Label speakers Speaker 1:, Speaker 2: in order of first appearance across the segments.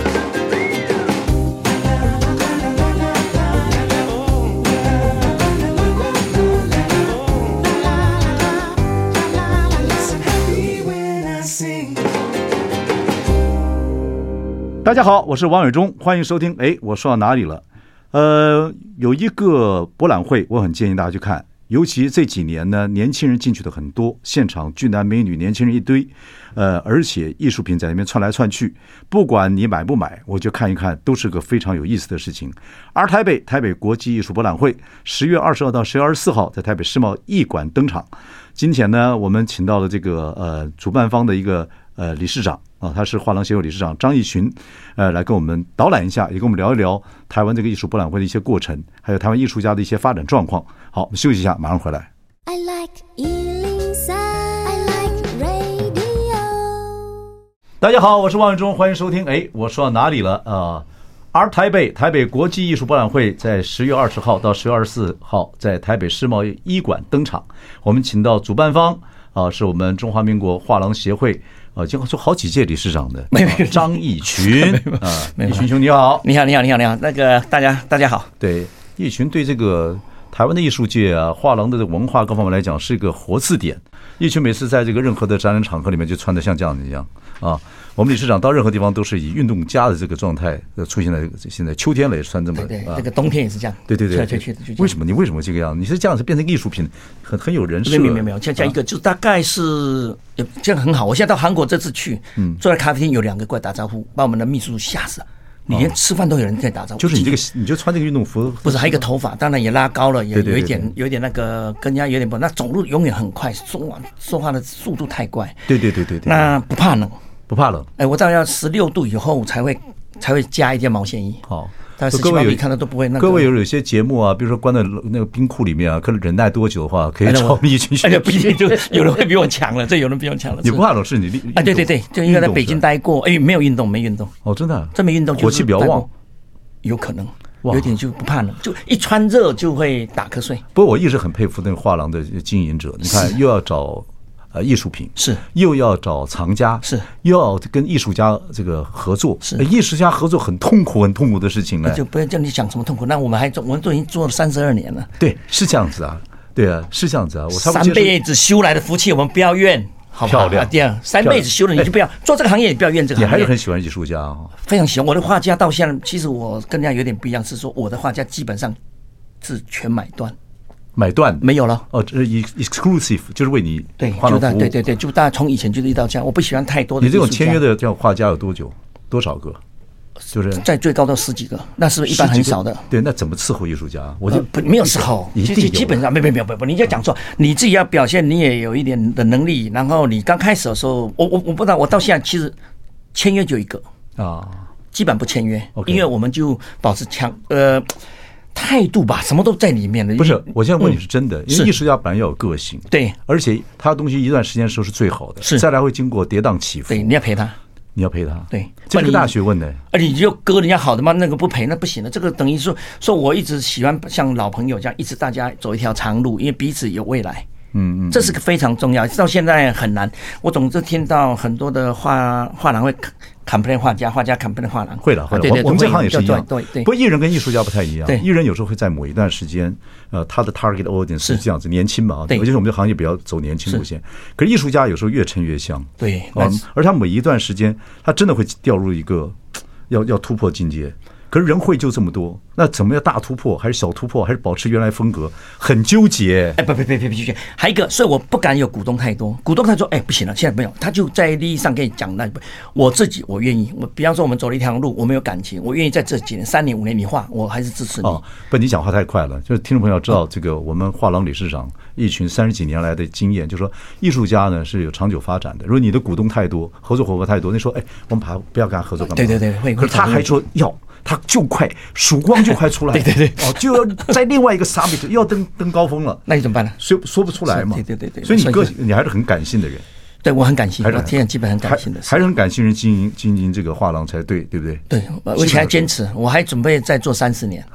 Speaker 1: 大家好，我是王伟忠，欢迎收听。哎，我说到哪里了？呃，有一个博览会，我很建议大家去看，尤其这几年呢，年轻人进去的很多，现场俊男美女，年轻人一堆，呃，而且艺术品在那边窜来窜去，不管你买不买，我就看一看，都是个非常有意思的事情。而台北台北国际艺术博览会，十月二十号到十月二十四号在台北世贸艺馆登场。今天呢，我们请到了这个呃主办方的一个呃理事长啊，他是画廊协会理事长张义群，呃，来跟我们导览一下，也跟我们聊一聊台湾这个艺术博览会的一些过程，还有台湾艺术家的一些发展状况。好，我们休息一下，马上回来。
Speaker 2: I like Ealing Sound. I like radio.
Speaker 1: 大家好，我是万永忠，欢迎收听。哎，我说到哪里了啊、呃而台北台北国际艺术博览会在十月二十号到十月二十四号在台北世贸一馆登场。我们请到主办方啊、是我们中华民国画廊协会啊，经过做好几届理事长的
Speaker 3: 没没
Speaker 1: 啊张义群啊，
Speaker 3: 没
Speaker 1: 义
Speaker 3: 有
Speaker 1: 群兄你好，
Speaker 3: 你好，你好，你好，你好，那个大家大家好，
Speaker 1: 对，一群对这个台湾的艺术界啊、画廊的这个文化各方面来讲是一个活字典。一群每次在这个任何的展览场合里面就穿的像这样子一样啊。我们理事长到任何地方都是以运动家的这个状态呃出现在现在秋天了也穿这么
Speaker 3: 对对，
Speaker 1: 啊
Speaker 3: 这。个冬天也是这样，
Speaker 1: 对对对，
Speaker 3: 去去去去去，
Speaker 1: 为什么你为什么这个样？你是这样子变成一个艺术品，很很有人设。啊
Speaker 3: 没有没有没有，这样这样一个，就大概是也这样很好。我现在到韩国这次去，坐在咖啡厅有两个过来打招呼，把我们的秘书吓死了。你连吃饭都有人在打招呼，
Speaker 1: 就是你这个你就穿这个运动服，
Speaker 3: 不是还有一个头发，当然也拉高了，也
Speaker 1: 对对
Speaker 3: 有一
Speaker 1: 对
Speaker 3: 点有一点那个跟人家有点不，那走路永远很快，说话说话的速度太快，
Speaker 1: 对对对对对，
Speaker 3: 那不怕冷。
Speaker 1: 不怕冷。
Speaker 3: 哎，我大概要十六度以后才会才会加一件毛线衣。
Speaker 1: 好，
Speaker 3: 但是
Speaker 1: 各位
Speaker 3: 起码
Speaker 1: 有
Speaker 3: 你看到都不会那个
Speaker 1: 各位有有些节目啊，比如说关在那个冰库里面啊，可忍耐多久的话，可以
Speaker 3: 哎那
Speaker 1: 找
Speaker 3: 我
Speaker 1: 你一 群学
Speaker 3: 哎，且不一 定，就有人会比我强了，这有人比我强了。
Speaker 1: 你
Speaker 3: 是
Speaker 1: 不怕冷是你运
Speaker 3: 啊？对对对，就因为在北京
Speaker 1: 待
Speaker 3: 待过，哎，没有运动，没运动，
Speaker 1: 哦，真的啊
Speaker 3: 这没运动就是
Speaker 1: 火气比较
Speaker 3: 待过
Speaker 1: 旺。
Speaker 3: 有可能，
Speaker 1: 哇
Speaker 3: 有点就不怕冷，就一穿热就会打瞌睡。
Speaker 1: 不过我一直很佩服那个画廊的经营者，你看又要找呃艺术品，
Speaker 3: 是
Speaker 1: 又要找藏家，
Speaker 3: 是
Speaker 1: 又要跟艺术家这个合作，
Speaker 3: 是
Speaker 1: 呃艺术家合作很痛苦很痛苦的事情啊呢
Speaker 3: 那。就不要叫你讲什么痛苦，那我们还做，我们都已经做了三十二年了，
Speaker 1: 对，是这样子啊，对啊，是这样子啊，我差
Speaker 3: 三
Speaker 1: 不多接
Speaker 3: 辈子修来的福气，我们不要怨，好不
Speaker 1: 漂
Speaker 3: 好？
Speaker 1: 亮
Speaker 3: 啊第二，三辈子修了，你就不要做这个行业，也不要怨这
Speaker 1: 触，
Speaker 3: 个
Speaker 1: 你还
Speaker 3: 行
Speaker 1: 是
Speaker 3: 业
Speaker 1: 很。喜欢艺术家啊。
Speaker 3: 非常喜欢我的画家，到现在其实我跟人家有点不一样，是说我的画家基本上是全买断，
Speaker 1: 买断
Speaker 3: 没有了。
Speaker 1: 哦，这是 ex- exclusive 就是为你
Speaker 3: 对，
Speaker 1: 画
Speaker 3: 就
Speaker 1: 廊
Speaker 3: 大
Speaker 1: 服务。
Speaker 3: 对对对，就大家从以前就是一到这样，我不喜欢太多的。
Speaker 1: 你这种签约，的这样画家有多久？多少个？就是
Speaker 3: 在最高到十几个，那是不是一般
Speaker 1: 十几个
Speaker 3: 很少的。
Speaker 1: 对，那怎么伺候艺术家啊？我
Speaker 3: 呃
Speaker 1: 就
Speaker 3: 不没有时候，
Speaker 1: 一
Speaker 3: 其
Speaker 1: 定
Speaker 3: 实
Speaker 1: 有
Speaker 3: 基本上没没没有没有，你就讲错，你自己要表现，你也有一点的能力。然后你刚开始的时候，我我我不知道，我到现在其实签约就一个，
Speaker 1: 啊，
Speaker 3: 基本不签约
Speaker 1: OK
Speaker 3: 因为我们就保持强呃态度吧，什么都在里面的。
Speaker 1: 不是，我现在问你是真的，因为
Speaker 3: 嗯是
Speaker 1: 艺术家本来要有个性，
Speaker 3: 对
Speaker 1: 而且他的东西一段时间的时候是最好的，
Speaker 3: 是
Speaker 1: 再来会经过跌宕起伏
Speaker 3: 对，，你要陪他。
Speaker 1: 你要陪他，
Speaker 3: 对
Speaker 1: 这是
Speaker 3: 不然
Speaker 1: 个
Speaker 3: 你
Speaker 1: 大学问呢。
Speaker 3: 而你就割人家好的嘛，那个不赔那不行的。这个等于说说我一直喜欢像老朋友这样，一直大家走一条长路，因为彼此有未来。嗯嗯，这是个非常重要，到现在很难。我总是听到很多的画画廊会 complain 画家，画家 complain 画廊，
Speaker 1: 会了，会
Speaker 3: 啊
Speaker 1: 了。
Speaker 3: 对
Speaker 1: 我
Speaker 3: 对对
Speaker 1: 我们这行也是一样，
Speaker 3: 对对
Speaker 1: 不过
Speaker 3: 对，
Speaker 1: 艺人跟艺术家不太一样，
Speaker 3: 对
Speaker 1: 艺人有时候会在某一段时间，呃，他的 target audience 是
Speaker 3: 是
Speaker 1: 这样子，年轻嘛，啊
Speaker 3: 对
Speaker 1: 尤其是我们这行业比较走年轻路线。可是艺术家有时候越沉越香，
Speaker 3: 对
Speaker 1: 啊
Speaker 3: 那是，
Speaker 1: 而他每一段时间，他真的会掉入一个要要突破境界。可是人会就这么多，那怎么样大突破，还是小突破，还是保持原来风格，很纠结。
Speaker 3: 哎，不不不不不不，还有一个，所以我不敢有股东太多。股东他说，哎，不行了，现在没有，他就在利益上跟你讲，那不我自己我愿意。我比方说，我们走了一条路，我们有感情，我愿意在这几年、三年、五年，你画，我还是支持你。
Speaker 1: 哦，不，你讲话太快了。就是听众朋友要知
Speaker 3: 嗯
Speaker 1: 道，这个我们画廊理事长一群三十几年来的经验，就说艺术家呢是有长久发展的。如果你的股东太多，合作伙伴太多，那说哎，我们把不要跟他合作干嘛？
Speaker 3: 对对对会
Speaker 1: 可是他
Speaker 3: 会
Speaker 1: 还说要。他就快曙光就快出来，对对对，哦，就要在另外一个 summit 又要登登高峰了，
Speaker 3: 那你怎么办呢？
Speaker 1: 说说不出来嘛，
Speaker 3: 是对对对对
Speaker 1: 所以你
Speaker 3: 所以
Speaker 1: 个
Speaker 3: 就
Speaker 1: 你还是很感性的人，
Speaker 3: 对我很感性，
Speaker 1: 还是
Speaker 3: 我天基本很感
Speaker 1: 还
Speaker 3: 性的事。
Speaker 1: 还是很感性人经营经营这个画廊才对，对不对？
Speaker 3: 对，而且还坚持，我还准备再做三十 年。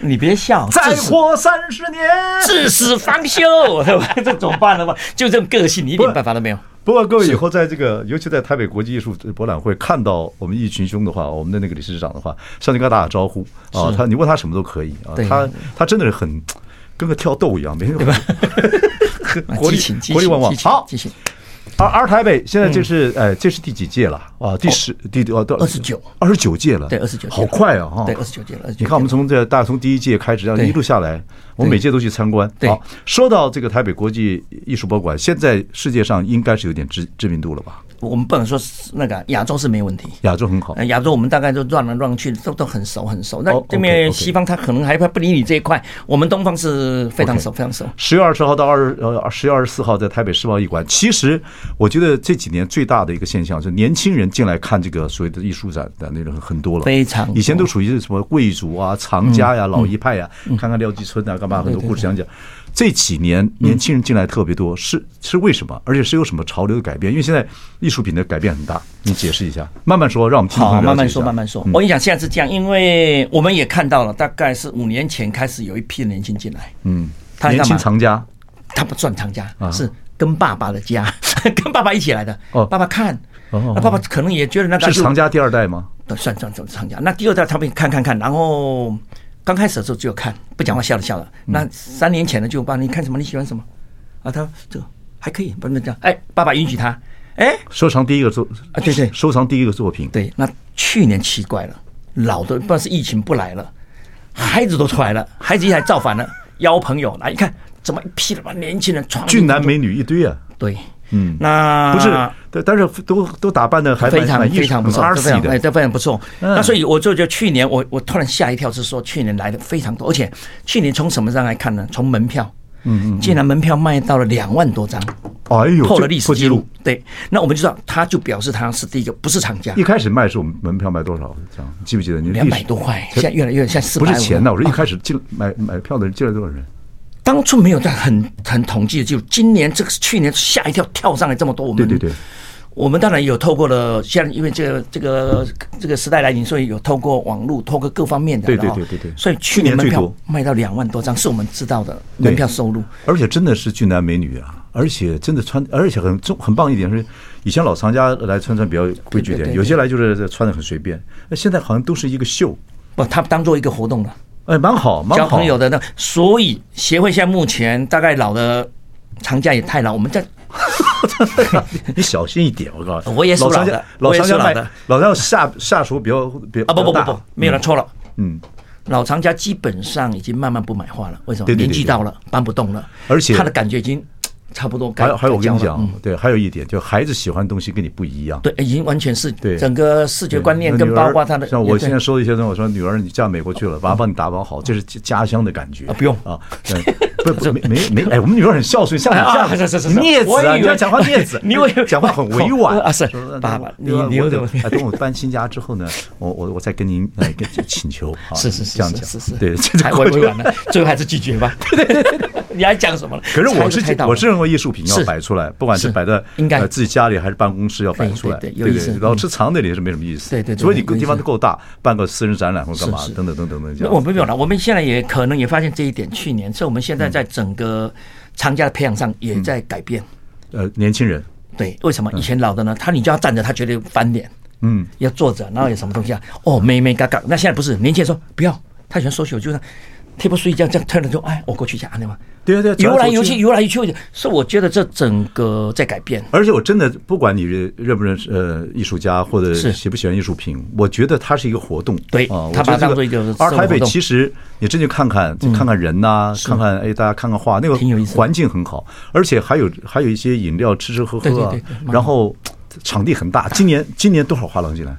Speaker 3: 你别笑，
Speaker 1: 再
Speaker 3: 自私
Speaker 1: 活三十年。
Speaker 3: 至死方 休，对吧？这怎么办呢？就这种个性，你一点办法都没有。
Speaker 1: 不过各位以后在这个，尤其在台北国际艺术博览会看到我们一群兄的话，我们的那个理事长的话，上去跟他打打招呼啊，他你问他什么都可以啊
Speaker 3: 对，
Speaker 1: 他他真的是很跟个跳豆一样，每天对吧？ 活力
Speaker 3: 啊激情激情
Speaker 1: 活力旺旺
Speaker 3: 激。情
Speaker 1: 好
Speaker 3: 激情嗯
Speaker 1: 而而台北现在这是呃，这是第几届了啊？第十第哦，到
Speaker 3: 29
Speaker 1: 二十九届了，
Speaker 3: 对29届了
Speaker 1: 好快啊！哈，
Speaker 3: 对29届了29
Speaker 1: 你看我们从这大从第一届开始，这样
Speaker 3: 对
Speaker 1: 一路下来，我们
Speaker 3: 对
Speaker 1: 每届都去参观。
Speaker 3: 对
Speaker 1: 好，说到这个台北国际艺术博物馆，现在世界上应该是有点知知名度了吧？
Speaker 3: 我们不能说是那个亚洲是没问题。
Speaker 1: 亚洲很好
Speaker 3: 呃，亚洲我们大概都乱来乱去，都都很熟很熟。那
Speaker 1: 哦
Speaker 3: 这边
Speaker 1: OK，OK
Speaker 3: 西方他可能还不理你这一块，我们东方是非常熟非常熟。
Speaker 1: 十月二十号到二呃十月二十四号在台北世贸艺馆。其实我觉得这几年最大的一个现象是，年轻人进来看这个所谓的艺术展的那种很多了，
Speaker 3: 非常多嗯
Speaker 1: 以前都属于是什么贵族啊、藏家呀、老一派呀，看看廖继春啊，干嘛很多故事讲讲。这几年年轻人进来特别多，是是为什么？而且是有什么潮流的改变？因为现在艺术品的改变很大，你解释一下，慢慢说，让我们听众
Speaker 3: 好，
Speaker 1: 了解一下
Speaker 3: 慢慢说，慢慢说。
Speaker 1: 嗯
Speaker 3: 我跟你讲，现在是这样，因为我们也看到了，大概是五年前开始有一批年轻进来，
Speaker 1: 嗯，
Speaker 3: 他
Speaker 1: 年
Speaker 3: 干
Speaker 1: 轻
Speaker 3: 嘛？
Speaker 1: 藏家，
Speaker 3: 他不算藏家，是跟爸爸的家， 跟爸爸一起来的。
Speaker 1: 哦
Speaker 3: 爸爸看，
Speaker 1: 哦哦
Speaker 3: 那爸爸可能也觉得那个
Speaker 1: 是藏家第二代吗？
Speaker 3: 对，算算算藏家。那第二代他们看看看，然后刚开始的时候只有看，不讲话，笑了笑了。
Speaker 1: 嗯
Speaker 3: 那三年前的就爸，你看什么？你喜欢什么？啊，他这个还可以，不能这样。哎，爸爸允许他。哎，
Speaker 1: 收藏第一个作
Speaker 3: 啊对对
Speaker 1: 收藏第一个作品，
Speaker 3: 对，那去年奇怪了，老的不知道是疫情不来了，孩子都出来了，孩子一来造反了，邀朋友来，一看怎么一批他妈年轻人穿
Speaker 1: 俊男美女一堆啊。
Speaker 3: 对，
Speaker 1: 嗯
Speaker 3: 那
Speaker 1: 不是，但但是都都打扮的还蛮
Speaker 3: 啊非常
Speaker 1: 蛮艺术
Speaker 3: 非常不错，
Speaker 1: 蛮
Speaker 3: 这非
Speaker 1: artsy
Speaker 3: 常哎，
Speaker 1: 的，
Speaker 3: 这非常不错。
Speaker 1: 嗯
Speaker 3: 那所以我就觉得去年我我突然吓一跳，是说去年来的非常多，而且去年从什么上来看呢？从门票，嗯，竟然门票卖到了两万多张，
Speaker 1: 哎呦，
Speaker 3: 破
Speaker 1: 这
Speaker 3: 了历史
Speaker 1: 破
Speaker 3: 记
Speaker 1: 纪
Speaker 3: 录。。对，那我们就知道，他就表示他是第一个，不是厂家
Speaker 1: 一，开始卖是我们门票卖多少？这样记不记得？你
Speaker 3: 两
Speaker 1: 历
Speaker 3: 百
Speaker 1: 史
Speaker 3: 多块，现在越来越现在四
Speaker 1: 不
Speaker 3: 百。
Speaker 1: 是钱呐、啊我说一开始进买买票的人进来多少人？
Speaker 3: 当初没有在很很统计的记录，今年这个是去年吓一跳跳上来这么多，我们
Speaker 1: 对对对，
Speaker 3: 我们当然有透过了，现在因为这个这个这个时代来临，所以有透过网络，透过各方面的，
Speaker 1: 对对
Speaker 3: 然后
Speaker 1: 对对对
Speaker 3: 所以去年门
Speaker 1: 去年最
Speaker 3: 票
Speaker 1: 多
Speaker 3: 卖到两万多张，是我们知道的
Speaker 1: 对
Speaker 3: 门票收入。
Speaker 1: 而且真的是俊男美女啊，而且真的穿，而且很重很棒一点是，以前老藏家来穿穿比较规矩一
Speaker 3: 对对
Speaker 1: 点，
Speaker 3: 对
Speaker 1: 有些来就是穿的很随便，那现在好像都是一个秀，
Speaker 3: 不，他当做一个活动了，
Speaker 1: 哎，蛮好，蛮
Speaker 3: 交
Speaker 1: 好。
Speaker 3: 朋友的那，所以协会现在目前大概老的长假也太老，我们在
Speaker 1: 你小心一点，我告诉你，
Speaker 3: 我也属
Speaker 1: 老商
Speaker 3: 老
Speaker 1: 家
Speaker 3: 的，
Speaker 1: 老
Speaker 3: 我也
Speaker 1: 商家
Speaker 3: 属老
Speaker 1: 卖
Speaker 3: 的，
Speaker 1: 老商家下下属比较比较
Speaker 3: 啊不不不
Speaker 1: 大
Speaker 3: 不，没有人错了。
Speaker 1: 嗯，
Speaker 3: 老藏家基本上已经慢慢不买画了，为什么？
Speaker 1: 对对对
Speaker 3: 年纪到了，搬不动了，
Speaker 1: 而且
Speaker 3: 他的感觉已经嘖差不多该。
Speaker 1: 还有还有，我
Speaker 3: 该
Speaker 1: 跟你
Speaker 3: 交了嗯
Speaker 1: 讲，对，还有一点，就孩子喜欢的东西跟你不一样。
Speaker 3: 对，已经完全是
Speaker 1: 对
Speaker 3: 整个视觉观念
Speaker 1: 那
Speaker 3: 跟
Speaker 1: 女儿
Speaker 3: 包括他的。
Speaker 1: 像我
Speaker 3: 对嗯
Speaker 1: 现 在说的一些东西，我说女儿，你嫁美国去了，爸爸帮你打扮好，这是家乡的感觉
Speaker 3: 啊不用
Speaker 1: 啊，对不不没没没，哎，我们女儿很孝顺，像你这样
Speaker 3: 啊是是是是
Speaker 1: 镊
Speaker 3: 我
Speaker 1: 子
Speaker 3: 以
Speaker 1: 啊，
Speaker 3: 为，
Speaker 1: 你要讲话镊子
Speaker 3: 你以为
Speaker 1: 讲话很委婉
Speaker 3: 啊是
Speaker 1: 说
Speaker 3: 爸爸你
Speaker 1: 那我
Speaker 3: 你又
Speaker 1: 我
Speaker 3: 怎么
Speaker 1: 哎等我搬新家之后呢，我我我再跟您来跟请 求啊，
Speaker 3: 是是是
Speaker 1: 这样
Speaker 3: 是
Speaker 1: 讲，
Speaker 3: 是是，
Speaker 1: 对，这
Speaker 3: 还
Speaker 1: 个
Speaker 3: 委
Speaker 1: 我觉
Speaker 3: 委
Speaker 1: 得
Speaker 3: 婉 了，最后还是拒绝吧。对对对对， 你还讲什么了？
Speaker 1: 可是我
Speaker 3: 猜
Speaker 1: 是
Speaker 3: 都猜到了
Speaker 1: 我是认为艺术品要摆出来，不管是
Speaker 3: 是
Speaker 1: 摆在
Speaker 3: 应该
Speaker 1: 呃自己家里还是办公室要摆出来，
Speaker 3: 对对对
Speaker 1: 对
Speaker 3: 有意思嗯
Speaker 1: 对老是藏那里也是没什么意思，
Speaker 3: 对对对
Speaker 1: 除非你
Speaker 3: 有意思
Speaker 1: 地方够大，办个私人展览或干嘛
Speaker 3: 是是
Speaker 1: 等等等等等这
Speaker 3: 我
Speaker 1: 样。
Speaker 3: 们没有了，我们现在也可能也发现这一点。去年，所以我们现在
Speaker 1: 嗯
Speaker 3: 在整个藏家的培养上也在改变。
Speaker 1: 呃，年轻人，
Speaker 3: 对，为什么以前老的呢？他你就要站着，他绝对翻脸。
Speaker 1: 嗯，
Speaker 3: 要坐着，然后有什么东西啊？哦，没没嘎嘎。那现在不是，年轻人说不要，他喜欢收手，就是贴不睡觉，这样突然就哎，我过去一下，对吗？
Speaker 1: 对对对
Speaker 3: 游来游
Speaker 1: 走来走
Speaker 3: 去，
Speaker 1: 去
Speaker 3: 游来游去，是我觉得这整个在改变。
Speaker 1: 而且我真的不管你认认不认识呃艺术家或者
Speaker 3: 是
Speaker 1: 喜不喜欢艺术品，我觉得它是一个活动，
Speaker 3: 对
Speaker 1: 啊，
Speaker 3: 它
Speaker 1: 我觉得
Speaker 3: 把它
Speaker 1: 这
Speaker 3: 当作一个
Speaker 1: 而
Speaker 3: 社会
Speaker 1: 台北
Speaker 3: 活动嗯
Speaker 1: 其实你真去看看，看看人呐，看看哎大家看看画，那个
Speaker 3: 挺有意思的
Speaker 1: 环境很好，而且还有还有一些饮料吃吃喝
Speaker 3: 对
Speaker 1: 喝
Speaker 3: 对
Speaker 1: 啊
Speaker 3: 对对蛮，好
Speaker 1: 然后场地很大，今年今年多少画廊进来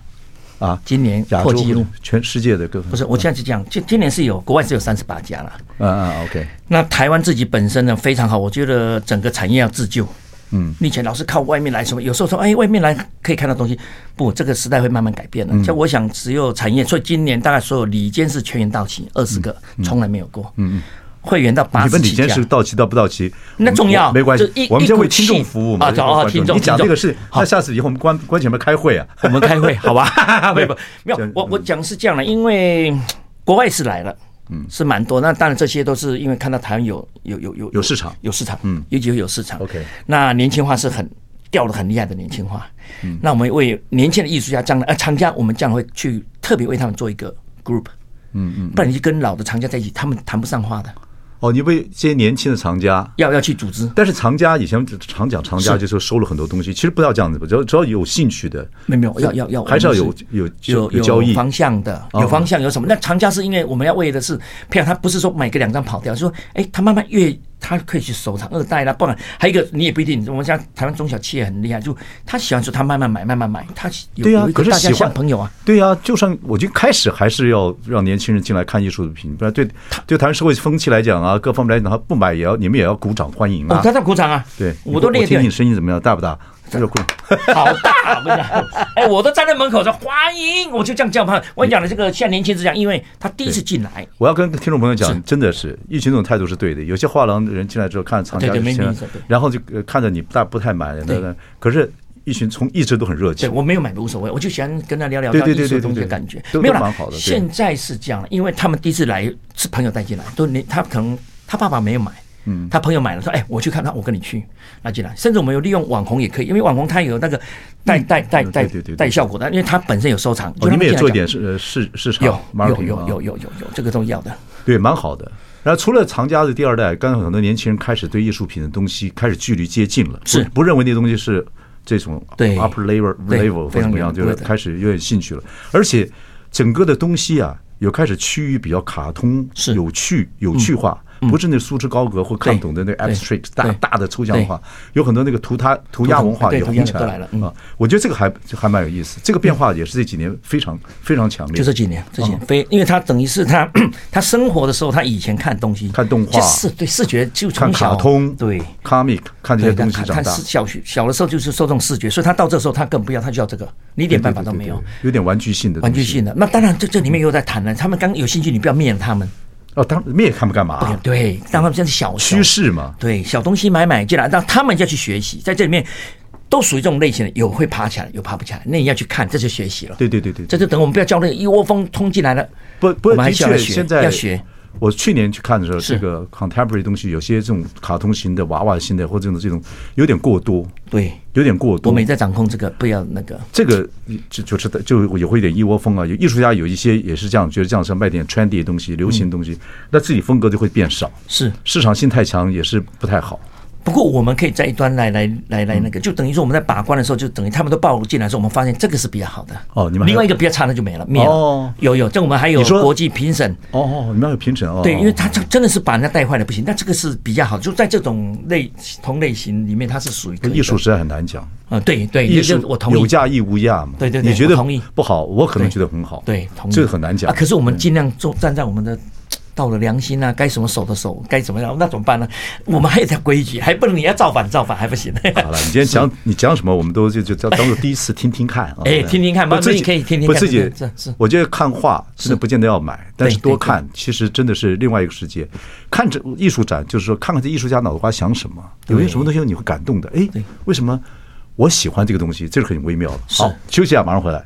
Speaker 1: 啊？
Speaker 3: 今年
Speaker 1: 亚
Speaker 3: 破
Speaker 1: 洲
Speaker 3: 纪录，
Speaker 1: 全世界的各
Speaker 3: 不是，我现在是这样，今今年是有国外是有三十八家了。
Speaker 1: 嗯嗯 OK，
Speaker 3: 那台湾自己本身呢非常好，我觉得整个产业要自救。嗯，你以前老是靠外面来什么，有时候说哎外面来可以看到东西，不，这个时代会慢慢改变的。像我想，嗯只有产业，所以今年大概所有里间是全员到齐，二十个，从来没有过。嗯嗯，会员到八
Speaker 1: 你
Speaker 3: 十
Speaker 1: 问李
Speaker 3: 起
Speaker 1: 先
Speaker 3: 价
Speaker 1: 是。到期到不到期，
Speaker 3: 那重要
Speaker 1: 我没关
Speaker 3: 就一
Speaker 1: 系，我们先
Speaker 3: 一股
Speaker 1: 为听众
Speaker 3: 气
Speaker 1: 服务嘛。
Speaker 3: 啊
Speaker 1: 为
Speaker 3: 好好
Speaker 1: 观众
Speaker 3: 听众
Speaker 1: 你讲
Speaker 3: 听
Speaker 1: 这个
Speaker 3: 众
Speaker 1: 事，
Speaker 3: 好
Speaker 1: 那下次以后我们关关前面开会啊。
Speaker 3: 我们开会好吧？ 没有啊没有
Speaker 1: 这样，
Speaker 3: 我我讲是这样的，因为嗯国外是来了，嗯，是蛮多。那当然这些都是因为看到台湾有有有有
Speaker 1: 有市场
Speaker 3: 有市场，嗯，尤其有市场。
Speaker 1: OK
Speaker 3: 那年轻化是很掉的很厉害的年轻化。嗯，那我们为年轻的艺术家将来呃厂家，我们将来会去特别为他们做一个 group。嗯嗯，不然你跟老的厂家在一起，他们谈不上话的，
Speaker 1: 哦，你为这些年轻的藏家。
Speaker 3: 要要去组织。
Speaker 1: 但是藏家以前常讲藏家，就是收了很多东西。其实不要这样子吧，只要只要有兴趣的，
Speaker 3: 没有没有， 要要要，
Speaker 1: 还是要有
Speaker 3: 我们
Speaker 1: 有
Speaker 3: 有
Speaker 1: 有交易哦
Speaker 3: 方向的，有方向有什么？那长假是因为我们要为的是培养他，不是说买个两张跑掉，就是说哎，他慢慢越他可以去收藏二代啦，不然还有一个你也不一定。我们像台湾中小企业很厉害，就他喜欢说他慢慢买，慢慢买，他有
Speaker 1: 对啊
Speaker 3: 有一，
Speaker 1: 可
Speaker 3: 个
Speaker 1: 是
Speaker 3: 大家
Speaker 1: 喜
Speaker 3: 像
Speaker 1: 欢
Speaker 3: 朋友啊，，
Speaker 1: 对啊，就算我觉得开始还是要让年轻人进来看艺术品，不然对对台湾社会风气来讲啊，各方面来讲，他不买也要你们也要鼓掌欢迎
Speaker 3: 哦
Speaker 1: 啊，。
Speaker 3: 他在鼓掌啊，
Speaker 1: 对，
Speaker 3: 我都
Speaker 1: 我
Speaker 3: 列
Speaker 1: 听
Speaker 3: 掉
Speaker 1: 你，声音怎么样，大不大？就是 鼓掌。
Speaker 3: 好大，我跟你讲，哎，我都站在门口说欢迎，我就这样叫他。我讲的这个现在年轻人是这样，因为他第一次进来，
Speaker 1: 我要跟听众朋友
Speaker 3: 是
Speaker 1: 讲，真的是一群这种态度是对的。有些画廊的人进来之后看藏家
Speaker 3: 对对没
Speaker 1: 就进来
Speaker 3: 没意思对
Speaker 1: 然后就呃看着你不大不太买，
Speaker 3: 对
Speaker 1: 那可是一群从一直都很热
Speaker 3: 对
Speaker 1: 情。
Speaker 3: 我没有买无所谓，我就喜欢跟他聊聊
Speaker 1: 对
Speaker 3: 到
Speaker 1: 对
Speaker 3: 艺术
Speaker 1: 对对
Speaker 3: 东西
Speaker 1: 对
Speaker 3: 的
Speaker 1: 对
Speaker 3: 感觉，
Speaker 1: 都
Speaker 3: 没有
Speaker 1: 都
Speaker 3: 啦
Speaker 1: 蛮好的对
Speaker 3: 现在是这样了，因为他们第一次来是朋友带进来，都你他可能他爸爸没有买。嗯，他朋友买了，说：“哎，我去看他，我跟你去，那进来。甚至我们有利用网红也可以，因为网红他有那个带带带
Speaker 1: 嗯
Speaker 3: 带
Speaker 1: 对对对对
Speaker 3: 带效果的，因为他本身有收藏。
Speaker 1: 哦，你们也做一点
Speaker 3: 就
Speaker 1: 市呃市市场
Speaker 3: 让他
Speaker 1: marketing
Speaker 3: 进来讲有有
Speaker 1: 啊
Speaker 3: 有有有有有这个都要的。
Speaker 1: 对，蛮好的。然后除了藏家的第二代，刚才很多年轻人开始对艺术品的东西开始距离接近了，
Speaker 3: 是
Speaker 1: 不不认为那东西是这种
Speaker 3: 对
Speaker 1: upper level
Speaker 3: 对
Speaker 1: level 或
Speaker 3: 非
Speaker 1: 怎
Speaker 3: 常
Speaker 1: 么样，
Speaker 3: 有
Speaker 1: 就是
Speaker 3: 对的
Speaker 1: 开始有点兴趣了。而且整个的东西啊，有开始趋于比较卡通、
Speaker 3: 是嗯
Speaker 1: 有趣、有趣化。不是那束之高阁或看不懂的那
Speaker 3: 对
Speaker 1: abstract 大
Speaker 3: 对
Speaker 1: 大的抽象化，有很多那个涂鸦涂鸦
Speaker 3: 图
Speaker 1: 文化
Speaker 3: 对
Speaker 1: 也
Speaker 3: 涂鸦
Speaker 1: 红起
Speaker 3: 都来
Speaker 1: 来
Speaker 3: 了嗯
Speaker 1: 啊！我觉得这个还还蛮有意思，这个变化也是这几年非常非常强烈。
Speaker 3: 就这几年，这几
Speaker 1: 哦
Speaker 3: 年非，因为他等于是他 他生活的时候，他以前看东西，
Speaker 1: 看动画
Speaker 3: 就视对视觉就
Speaker 1: 看
Speaker 3: 从
Speaker 1: 卡
Speaker 3: 小
Speaker 1: 通，
Speaker 3: 对
Speaker 1: comic 看这些
Speaker 3: 对，
Speaker 1: 东西
Speaker 3: 看
Speaker 1: 长
Speaker 3: 看
Speaker 1: 大
Speaker 3: 是，小学小的时候就是受这种视觉，所以他到这时候他更不要，他就要这个，你一点办法都没有
Speaker 1: 对，，对对有点玩具性的
Speaker 3: 玩具
Speaker 1: 东西
Speaker 3: 性的。那当然，这这里面又在谈了，他们刚有兴趣，你不要灭了他们，
Speaker 1: 哦，当灭看不干嘛
Speaker 3: 不要
Speaker 1: 啊？
Speaker 3: 对，让他们像是小
Speaker 1: 趋，势嘛，
Speaker 3: 对，小东西买买进来，让他们要去学习，在这里面都属于这种类型的，有会爬起来，有爬不起来，那你要去看，这就学习了。
Speaker 1: 对对对对，
Speaker 3: 这就等我们不要叫那个一窝蜂冲进来了，
Speaker 1: 不不过
Speaker 3: 我们
Speaker 1: 的
Speaker 3: 还是要
Speaker 1: 确
Speaker 3: 学
Speaker 1: 现在
Speaker 3: 要学。
Speaker 1: 我去年去看的时候，
Speaker 3: 是
Speaker 1: 这个 contemporary 东西有些这种卡通型的、娃娃型的，或者这种这种有点过多，
Speaker 3: 对，
Speaker 1: 有点过
Speaker 3: 我
Speaker 1: 多
Speaker 3: 们。也在掌控这个，不要那个。
Speaker 1: 这个就就是就也会有点一窝蜂啊。有艺术家有一些也是这样，觉得这样是卖点 trendy 的东西、流行的东
Speaker 3: 嗯
Speaker 1: 西，那自己风格就会变少。
Speaker 3: 是
Speaker 1: 市场性太强也是不太好。
Speaker 3: 不过我们可以在一端来来来来那
Speaker 1: 嗯
Speaker 3: 个，就等于说我们在把关的时候，就等于他们都暴露进来的时候，我们发现这个是比较好的。
Speaker 1: 哦你们还
Speaker 3: 另外一个比较差的就没了，灭了。
Speaker 1: 哦
Speaker 3: 有有，这我们还有
Speaker 1: 你说
Speaker 3: 国际评审，
Speaker 1: 哦哦，你们要有评审哦。
Speaker 3: 对，因为他这真的是把人家带坏了不行。但这个是比较好，就在这种类同类型里面，它是属于可以的
Speaker 1: 艺术实在很难讲。
Speaker 3: 啊，对对，
Speaker 1: 艺
Speaker 3: 这
Speaker 1: 术
Speaker 3: 个我同
Speaker 1: 有
Speaker 3: 意。
Speaker 1: 价亦无价嘛。
Speaker 3: 对对对
Speaker 1: 你觉
Speaker 3: 我
Speaker 1: 得
Speaker 3: 同意
Speaker 1: 不好，我可能
Speaker 3: 对
Speaker 1: 觉得很好。
Speaker 3: 对，同意。
Speaker 1: 这个很难讲。嗯
Speaker 3: 啊可是我们尽量做，站在我们的。道德良心啊，该什么守的守，该怎么样，那怎么办呢？我们还有条规矩，还不能你要造反造反还不行。
Speaker 1: 好了，你今天讲你讲什么，我们都就就当当做第一次听听看啊。
Speaker 3: 哎听听看
Speaker 1: 不
Speaker 3: 慢慢
Speaker 1: 自己
Speaker 3: 你可以听听
Speaker 1: 不
Speaker 3: 看
Speaker 1: 自己
Speaker 3: 这这是
Speaker 1: 我觉得看画真的不见得要买，但是
Speaker 3: 对对
Speaker 1: 多看其实真的是另外一个世界。看这艺术展，就是说看看这艺术家脑瓜想什么，有些什么东西你会感动的。哎
Speaker 3: 对，
Speaker 1: 为什么我喜欢这个东西？这是很微妙的。
Speaker 3: 是
Speaker 1: 好，休息啊，马上回来。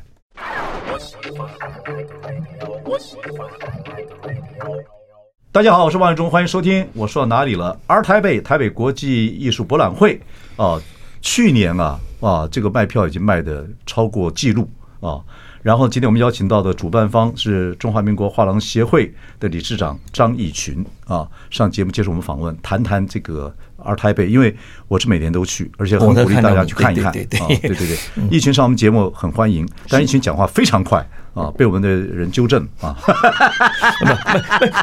Speaker 1: 大家好，我是王永忠，欢迎收听。我说到哪里了？而台北台北国际艺术博览会啊、去年啊啊，这个卖票已经卖的超过记录啊。然后今天我们邀请到的主办方是中华民国画廊协会的理事长张义群啊，上节目接受我们访问，谈谈这个而台北，因为我是每年都去，而且很
Speaker 3: 我都
Speaker 1: 鼓励
Speaker 3: 看
Speaker 1: 大
Speaker 3: 到
Speaker 1: 家
Speaker 3: 你
Speaker 1: 去看一
Speaker 3: 对
Speaker 1: 看。
Speaker 3: 对对
Speaker 1: 啊
Speaker 3: 对
Speaker 1: 对 对对，一群上我们节目很欢迎，但一群讲话非常快啊，被我们的人纠正啊。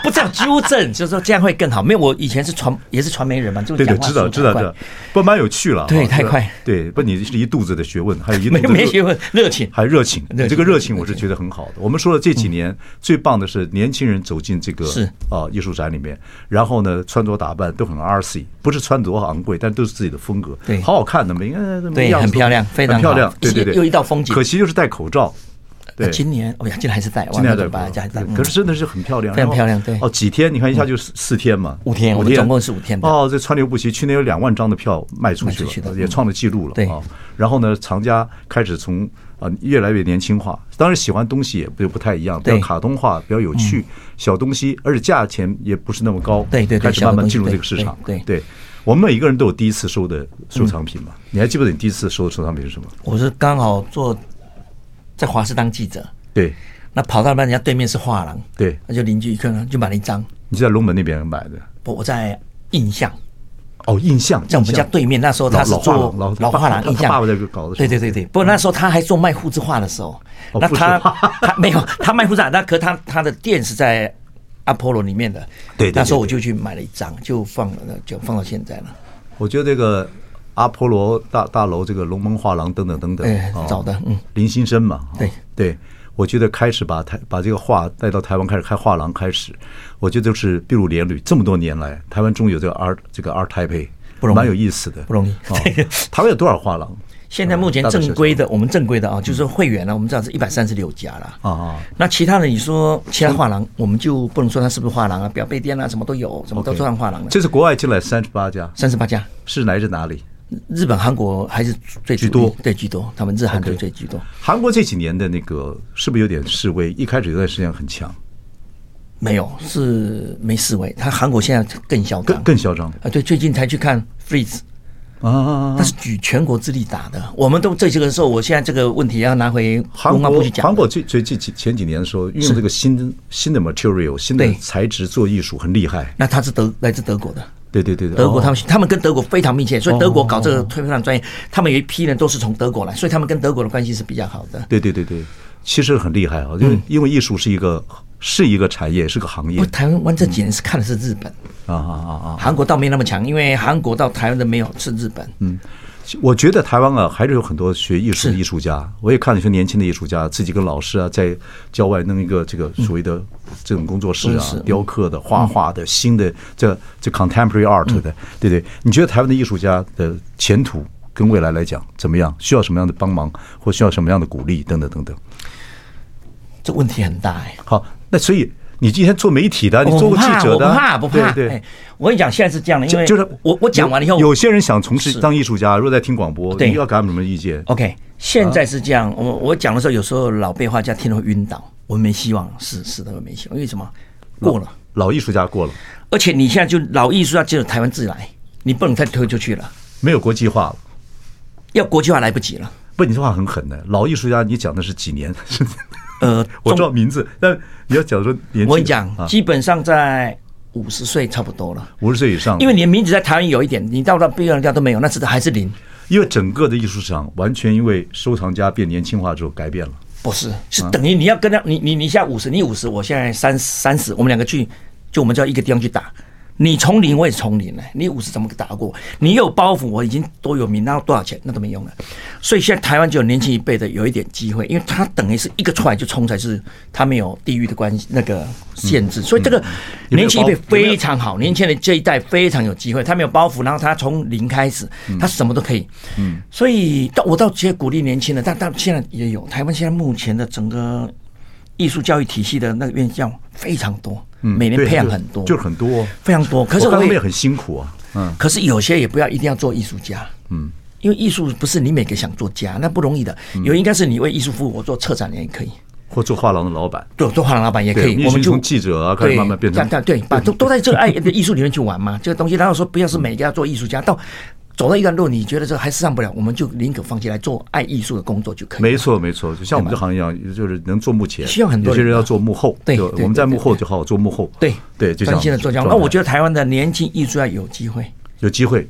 Speaker 3: 不这样纠正，就是说这样会更好。没有，我以前是传也是传媒人嘛，就是
Speaker 1: 对
Speaker 3: 讲
Speaker 1: 对，
Speaker 3: 话
Speaker 1: 知道
Speaker 3: 速度
Speaker 1: 知道
Speaker 3: 快
Speaker 1: 知道，不蛮有趣了啊。
Speaker 3: 对
Speaker 1: 这个
Speaker 3: 太快。
Speaker 1: 对，不，你是一肚子的学问，还 有一肚
Speaker 3: 没
Speaker 1: 子
Speaker 3: 没
Speaker 1: 热
Speaker 3: 学问，热情。
Speaker 1: 还热情，
Speaker 3: 热情
Speaker 1: 这个热情我是觉得很好的。我们说了这几年最棒的是年轻人走进这个
Speaker 3: 嗯是
Speaker 1: 啊艺术展里面，然后呢穿着打扮都很 R C，不是穿着昂贵，但都是自己的风格，
Speaker 3: 对
Speaker 1: 好好看的，每个人呃
Speaker 3: 对
Speaker 1: 样子
Speaker 3: 很漂亮非常
Speaker 1: 很漂
Speaker 3: 好
Speaker 1: 亮，对对对，
Speaker 3: 又一道风景
Speaker 1: 可惜就是戴口罩，对
Speaker 3: 那今年哎呀，今年还是在，
Speaker 1: 今天
Speaker 3: 对
Speaker 1: 在
Speaker 3: 吧？还在，嗯
Speaker 1: 可是真的是很漂亮，
Speaker 3: 非常漂亮
Speaker 1: 然后
Speaker 3: 对嗯
Speaker 1: 哦，几天？你看一下就是四天嘛，
Speaker 3: 五天我们总共是五天的
Speaker 1: 哦，这川流不息，去年有两万张的票卖出去
Speaker 3: 卖出去
Speaker 1: 了，
Speaker 3: 的嗯
Speaker 1: 也创了记录了。
Speaker 3: 对
Speaker 1: 啊，然后呢，藏家开始从呃越来越年轻化，当然喜欢东西也不不太一样，比
Speaker 3: 对嗯
Speaker 1: 较卡通化，比较有趣，小东西，而且价钱也不是那么高，
Speaker 3: 对对对
Speaker 1: 开始
Speaker 3: 小的
Speaker 1: 慢慢
Speaker 3: 东西
Speaker 1: 进入
Speaker 3: 对
Speaker 1: 这个市场，
Speaker 3: 对嗯
Speaker 1: 对。我们每一个人都有第一次收的收藏品嘛？你还记不记得你第一次收的收藏品是什么？
Speaker 3: 我是刚好做在华师当记者，
Speaker 1: 对，
Speaker 3: 那跑到那人家对面是画廊，
Speaker 1: 对
Speaker 3: 那就邻居一看就买了一张，
Speaker 1: 你是在龙门那边买的
Speaker 3: 我我在印象。
Speaker 1: 哦，印象
Speaker 3: 在我们
Speaker 1: 印
Speaker 3: 家
Speaker 1: 象
Speaker 3: 对面，那时候他是
Speaker 1: 老
Speaker 3: 做
Speaker 1: 老画廊老
Speaker 3: 老画廊
Speaker 1: 他他
Speaker 3: 印象，
Speaker 1: 爸爸在搞的时候
Speaker 3: 对对对对，不过那时候他还做卖护字画的时候，
Speaker 1: 哦
Speaker 3: 那
Speaker 1: 复制
Speaker 3: 他
Speaker 1: 画
Speaker 3: 他没有他卖护字画，那可他他的店是在阿波罗里面的，
Speaker 1: 对对对
Speaker 3: 那时候我就去买了一张，就放了，就放到现在了。
Speaker 1: 我觉得这个阿波罗大大楼、这个龙门画廊等等等等，
Speaker 3: 哎
Speaker 1: 哦
Speaker 3: 找的嗯，
Speaker 1: 林心生嘛，哦
Speaker 3: 对
Speaker 1: 对，我觉得开始把台把这个画带到台湾开始开画廊开始，我觉得就是筚路连缕，这么多年来，台湾终于有这个 art 这个 art Taipei，
Speaker 3: 不容易
Speaker 1: 蛮有意思的，
Speaker 3: 不容易
Speaker 1: 哦台湾有多少画廊？
Speaker 3: 现在目
Speaker 1: 哦
Speaker 3: 前正规的，我们正规的
Speaker 1: 嗯
Speaker 3: 啊，就是会员呢，我们知道是一百三十六家了
Speaker 1: 啊啊。
Speaker 3: 那其他的你说其他画廊，我们就不能说它是不是画廊啊，表贝店啊，什么都有，什么都
Speaker 1: OK
Speaker 3: 算画廊的。
Speaker 1: 这次国外进来三十八家，
Speaker 3: 三十八家，
Speaker 1: 是来自哪里？
Speaker 3: 日本、韩国还是最
Speaker 1: 居
Speaker 3: 主力
Speaker 1: 多
Speaker 3: 对居多，他们日韩
Speaker 1: OK
Speaker 3: 都最居多。
Speaker 1: 韩国这几年的那个是不是有点示威？一开始有段时间很强，
Speaker 3: 没有，是没思维。他韩国现在更嚣张，
Speaker 1: 更更嚣张
Speaker 3: 啊！对，最近才去看 Freeze，
Speaker 1: 啊啊！啊啊
Speaker 3: 他是举全国之力打的。我们都这些个时候，我现在这个问题要拿回
Speaker 1: 韩
Speaker 3: 文化部
Speaker 1: 国
Speaker 3: 去讲。
Speaker 1: 韩国最最近几前几年的时候，运用这个新新的 material 新的
Speaker 3: 对
Speaker 1: 材质做艺术很厉害。
Speaker 3: 那他是德来自德国的，
Speaker 1: 对对哦对对，
Speaker 3: 德国他
Speaker 1: 们
Speaker 3: 们、他们跟德国非常密切，所以德国搞这
Speaker 1: 哦
Speaker 3: 个推翻专业，他们有一批人都是从德国来，所以他们跟德国的关系是比较好的。
Speaker 1: 对对对对，其实很厉害啊，就是因为艺术是一个是一个产业，是个行业
Speaker 3: 嗯不，台湾这几年是看的是日本，
Speaker 1: 啊啊啊啊！
Speaker 3: 韩国倒没那么强，因为韩国到台湾的没有，是日本。嗯，
Speaker 1: 我觉得台湾啊，还是有很多学艺术的
Speaker 3: 是
Speaker 1: 艺术家，我也看了一些年轻的艺术家，自己跟老师啊，在郊外弄一个这个所谓的这种工作室啊
Speaker 3: 嗯工作室，嗯
Speaker 1: 雕刻的、画画的、新的这这 contemporary
Speaker 3: 嗯
Speaker 1: art 的，对对。你觉得台湾的艺术家的前途跟未来来讲怎么样？需要什么样的帮忙，或需要什么样的鼓励，等等等等。
Speaker 3: 这问题很大哎、
Speaker 1: 好，那所以你今天做媒体的，你
Speaker 3: 哦我
Speaker 1: 做
Speaker 3: 不
Speaker 1: 过记
Speaker 3: 怕，
Speaker 1: 者
Speaker 3: 我不
Speaker 1: 的
Speaker 3: 怕，
Speaker 1: 啊，
Speaker 3: 不怕。
Speaker 1: 对对
Speaker 3: 哎。我跟你讲，现在是这样的，因为
Speaker 1: 就是
Speaker 3: 我我讲完了以后，
Speaker 1: 有有些人想从事
Speaker 3: 是
Speaker 1: 当艺术家，如果在听广播，
Speaker 3: 对哦
Speaker 1: 你要给他们什么意见？
Speaker 3: OK，现在是这
Speaker 1: 啊
Speaker 3: 样，我我讲的时候，有时候老被画家听了会晕倒，我没希望，是是的，我没希望，因为什么？过了，
Speaker 1: 老艺术家过了，
Speaker 3: 而且你现在就老艺术家只有台湾自己来，你不能再推出去了，
Speaker 1: 没有国际化了。
Speaker 3: 要国际化来不及了。
Speaker 1: 不，你这话很狠的。老艺术家，你讲的是几 年？是
Speaker 3: 呃，
Speaker 1: 我知
Speaker 3: 中
Speaker 1: 道名字，但你要讲说年纪，
Speaker 3: 我跟你讲，
Speaker 1: 啊，
Speaker 3: 基本上在五十岁差不多了。
Speaker 1: 五十岁以上，
Speaker 3: 因为你的名字在台湾有一点，你到了别人家都没有，那是还是零，
Speaker 1: 因为整个的艺术市场完全因为收藏家变年轻化之后改变了。
Speaker 3: 不
Speaker 1: 嗯
Speaker 3: 是，是等于你要跟他，你你你现在五十，你五十，我现在三三十，我们两个去，就我们就要一个地方去打。你从零，我也从零了。你五十怎么打过？你有包袱，我已经多有名，拿到多少钱那都没用了。所以现在台湾就有年轻一辈的有一点机会，因为他等于是一个出来就冲才是，他没有地域的关系那个限制，所以这个
Speaker 1: 嗯有没有
Speaker 3: 年轻一辈
Speaker 1: 包袱有没有
Speaker 3: 非常好，年轻人这一代非常有机会，他没有包袱，然后他从零开始，他什么都可以。嗯，所以到我到直接鼓励年轻人，但但现在也有台湾现在目前的整个艺术教育体系的那个院校非常多，每年
Speaker 1: 嗯对
Speaker 3: 培养
Speaker 1: 就
Speaker 3: 很多，
Speaker 1: 就是很多哦。
Speaker 3: 非常多。可是
Speaker 1: 我看他
Speaker 3: 我
Speaker 1: 们
Speaker 3: 也
Speaker 1: 也很辛苦啊。嗯，
Speaker 3: 可是有些也不要一定要做艺术家，嗯，因为艺术不是你每个想做家，那不容易的。
Speaker 1: 嗯
Speaker 3: 有应该是你为艺术服务，我做策展人也可以。
Speaker 1: 或做画廊的老板，
Speaker 3: 对，做画廊老板也可
Speaker 1: 对你
Speaker 3: 以，我
Speaker 1: 已经
Speaker 3: 们就
Speaker 1: 从记者啊开始
Speaker 3: 对
Speaker 1: 慢慢变成
Speaker 3: 这样对，把都都在这个爱艺术里面去玩嘛，这个东西。然后说不要是每个要做艺术家，到走到一段路，你觉得这还是上不了，我们就宁可放弃来做爱艺术的工作就可以。
Speaker 1: 没错没错，就像我们这行一样，就是能做幕前，
Speaker 3: 需要很多
Speaker 1: 有
Speaker 3: 人
Speaker 1: 些人要做幕后，
Speaker 3: 对
Speaker 1: 就
Speaker 3: 对对
Speaker 1: 我们在幕后
Speaker 3: 对对
Speaker 1: 就好好做幕后，
Speaker 3: 对
Speaker 1: 对，就像
Speaker 3: 专心的做这样。那我觉得台湾的年轻艺术家有机会，
Speaker 1: 有机会，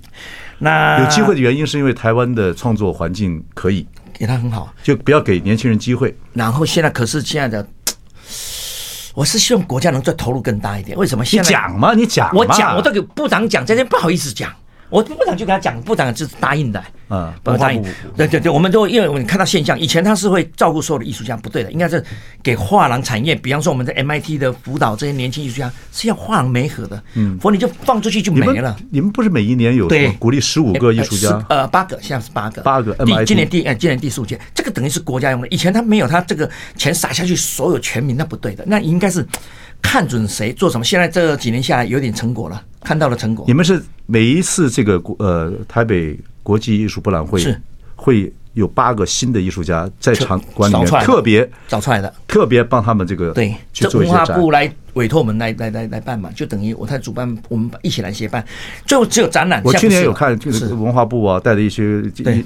Speaker 3: 那
Speaker 1: 有机会的原因是因为台湾的创作环境可以，
Speaker 3: 给他很好。
Speaker 1: 就不要给年轻人机会，
Speaker 3: 然后现在可是现在的，我是希望国家能再投入更大一点。为什么？
Speaker 1: 你
Speaker 3: 现在
Speaker 1: 讲嘛，你讲嘛，
Speaker 3: 我讲，我都给部长讲，这些不好意思讲。我部长就给他讲，部长就是答应的。
Speaker 1: 嗯
Speaker 3: 不能答应
Speaker 1: 文化部。
Speaker 3: 对对对，我们都因为我们看到现象，以前他是会照顾所有的艺术家，不对的，应该是给画廊产业，比方说我们在 MIT 的辅导这些年轻艺术家是要画廊媒合的，嗯，否则你就放出去就
Speaker 1: 你
Speaker 3: 没
Speaker 1: 们
Speaker 3: 了。
Speaker 1: 你们不是每一年有
Speaker 3: 对
Speaker 1: 什么鼓励十五个艺术
Speaker 3: 呃十
Speaker 1: 家？
Speaker 3: 呃，八个，现在是八个，
Speaker 1: 八个
Speaker 3: 第
Speaker 1: MIT
Speaker 3: 今年第呃，今年第十五届，这个等于是国家用的。以前他没有，他这个钱撒下去，所有全民那不对的，那应该是看准谁做什么。现在这几年下来有点成果了，看到了成果
Speaker 1: 你。们是每一次这个国呃台北国际艺术博览会
Speaker 3: 是
Speaker 1: 会有八个新的艺术家在
Speaker 3: 特
Speaker 1: 场馆里面
Speaker 3: 找出来的
Speaker 1: 特别
Speaker 3: 找出来的，
Speaker 1: 特别帮他们这个
Speaker 3: 对，
Speaker 1: 去
Speaker 3: 这
Speaker 1: 做一
Speaker 3: 文
Speaker 1: 些
Speaker 3: 化
Speaker 1: 展
Speaker 3: 部来委托我们来来来来办嘛，就等于我在主办，我们一起来协办。最后只有展览，
Speaker 1: 我去
Speaker 3: 现在不是
Speaker 1: 年有
Speaker 3: 了
Speaker 1: 看，就是是文化部啊，带着一些
Speaker 3: 对
Speaker 1: 一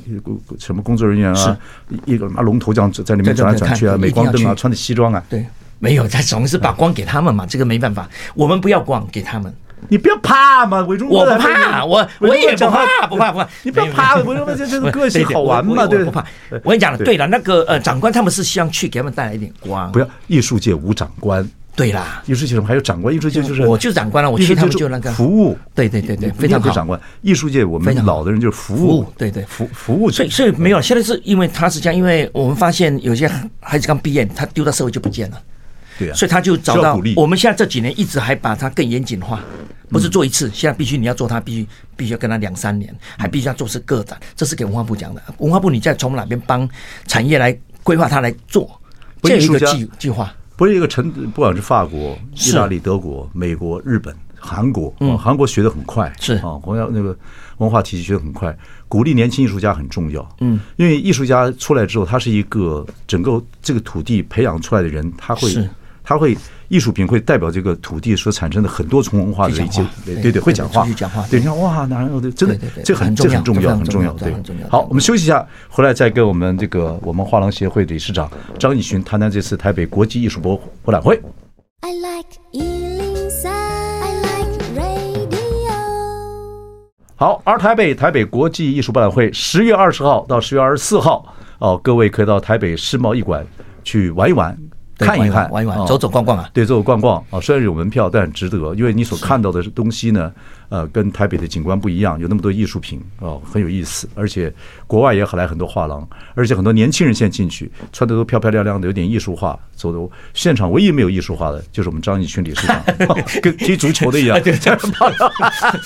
Speaker 1: 什么工作人员啊，一个拿龙头这样在里面
Speaker 3: 对对
Speaker 1: 转来
Speaker 3: 对
Speaker 1: 转去啊，
Speaker 3: 看
Speaker 1: 镁光灯
Speaker 3: 一
Speaker 1: 啊，
Speaker 3: 定要去
Speaker 1: 穿着西装啊，
Speaker 3: 对，没有，他总是把光给他们嘛，这个没办法，我们不要光给他们，
Speaker 1: 你不要怕嘛，伟忠哥
Speaker 3: 我
Speaker 1: 在
Speaker 3: 不
Speaker 1: 那边
Speaker 3: 怕，我
Speaker 1: 伟忠
Speaker 3: 我
Speaker 1: 哥
Speaker 3: 也不
Speaker 1: 讲话
Speaker 3: 怕，不怕不怕，
Speaker 1: 你不要
Speaker 3: 没有
Speaker 1: 怕，
Speaker 3: 没有
Speaker 1: 伟 忠哥这这
Speaker 3: 不
Speaker 1: 是个性
Speaker 3: 对对
Speaker 1: 好玩嘛，
Speaker 3: 我我
Speaker 1: 对
Speaker 3: 我不怕。我跟你讲了，
Speaker 1: 对
Speaker 3: 对了，那个呃，长官他们是希望去给他们带来一点光，
Speaker 1: 不要艺术界无长官，
Speaker 3: 对啦，
Speaker 1: 艺术界什么还有长官，艺术界就是
Speaker 3: 我就长官了，啊我
Speaker 1: 艺术
Speaker 3: 去
Speaker 1: 界
Speaker 3: 他们
Speaker 1: 是
Speaker 3: 就那个
Speaker 1: 服务，
Speaker 3: 对对对对
Speaker 1: 你
Speaker 3: 非常
Speaker 1: 你也是
Speaker 3: 好
Speaker 1: 长官。艺术界我
Speaker 3: 非
Speaker 1: 们
Speaker 3: 常好
Speaker 1: 老的人就是服
Speaker 3: 服
Speaker 1: 务
Speaker 3: 务，对对
Speaker 1: 服服务者
Speaker 3: 所以，所以没有。现在是因为他是这样，因为我们发现有些孩子刚毕业，他丢到社会就不见了，
Speaker 1: 对啊，
Speaker 3: 所以他就找
Speaker 1: 需要
Speaker 3: 到
Speaker 1: 鼓励
Speaker 3: 我们现在这几年一直还把它更严谨化，不是做一
Speaker 1: 嗯
Speaker 3: 次，现在必须你要做它，必须必须要跟他两三年，还必须要做是个展，这是给文化部讲的。文化部你再从哪边帮产业来规划它来做，
Speaker 1: 不
Speaker 3: 这有
Speaker 1: 艺
Speaker 3: 一
Speaker 1: 术
Speaker 3: 个
Speaker 1: 家
Speaker 3: 计计划。
Speaker 1: 不是一个成，不管是法国、意
Speaker 3: 是
Speaker 1: 大利、德国、美国、日本、韩国，嗯，韩国学得很快，
Speaker 3: 是
Speaker 1: 啊，国家那个文化体系学得很快，鼓励年轻艺术家很重要，嗯，因为艺术家出来之后，他是一个整个这个土地培养出来的人，他会
Speaker 3: 是
Speaker 1: 他会艺术品会代表这个土地所产生的很多重文化的累积
Speaker 3: 会讲话，
Speaker 1: 对
Speaker 3: 对
Speaker 1: 对对，会
Speaker 3: 对
Speaker 1: 讲
Speaker 3: 出
Speaker 1: 话
Speaker 3: 去，讲话
Speaker 1: 对，你看哇，哪有真的
Speaker 3: 对对对
Speaker 1: 这很
Speaker 3: 很
Speaker 1: 这
Speaker 3: 重
Speaker 1: 很重
Speaker 3: 要这
Speaker 1: 要，
Speaker 3: 非常
Speaker 1: 很
Speaker 3: 重
Speaker 1: 要，
Speaker 3: 要
Speaker 1: 对
Speaker 3: 这很重要，
Speaker 1: 好，我们休息一下，回来再跟我们这个我们画廊协会理事长张义群谈谈这次台北国际艺术博博览会。
Speaker 2: I like Ealing Sound. I like radio.
Speaker 1: 好，而台北台北国际艺术博览会十月二十号到十月二十四号哦，各位可以到台北世贸艺馆去玩一玩，
Speaker 3: 对
Speaker 1: 看一看，
Speaker 3: 玩一玩，
Speaker 1: 哦
Speaker 3: 走走逛逛啊。
Speaker 1: 对，走走逛逛啊，虽然有门票，但很值得，因为你所看到的东西呢，呃，跟台北的景观不一样，有那么多艺术品哦，很有意思。而且国外也来很多画廊，而且很多年轻人现在进去，穿的都漂漂亮亮的，有点艺术化。走的现场唯一没有艺术化的，就是我们张义群理事长，哦跟踢足球的一样
Speaker 3: ，对，这样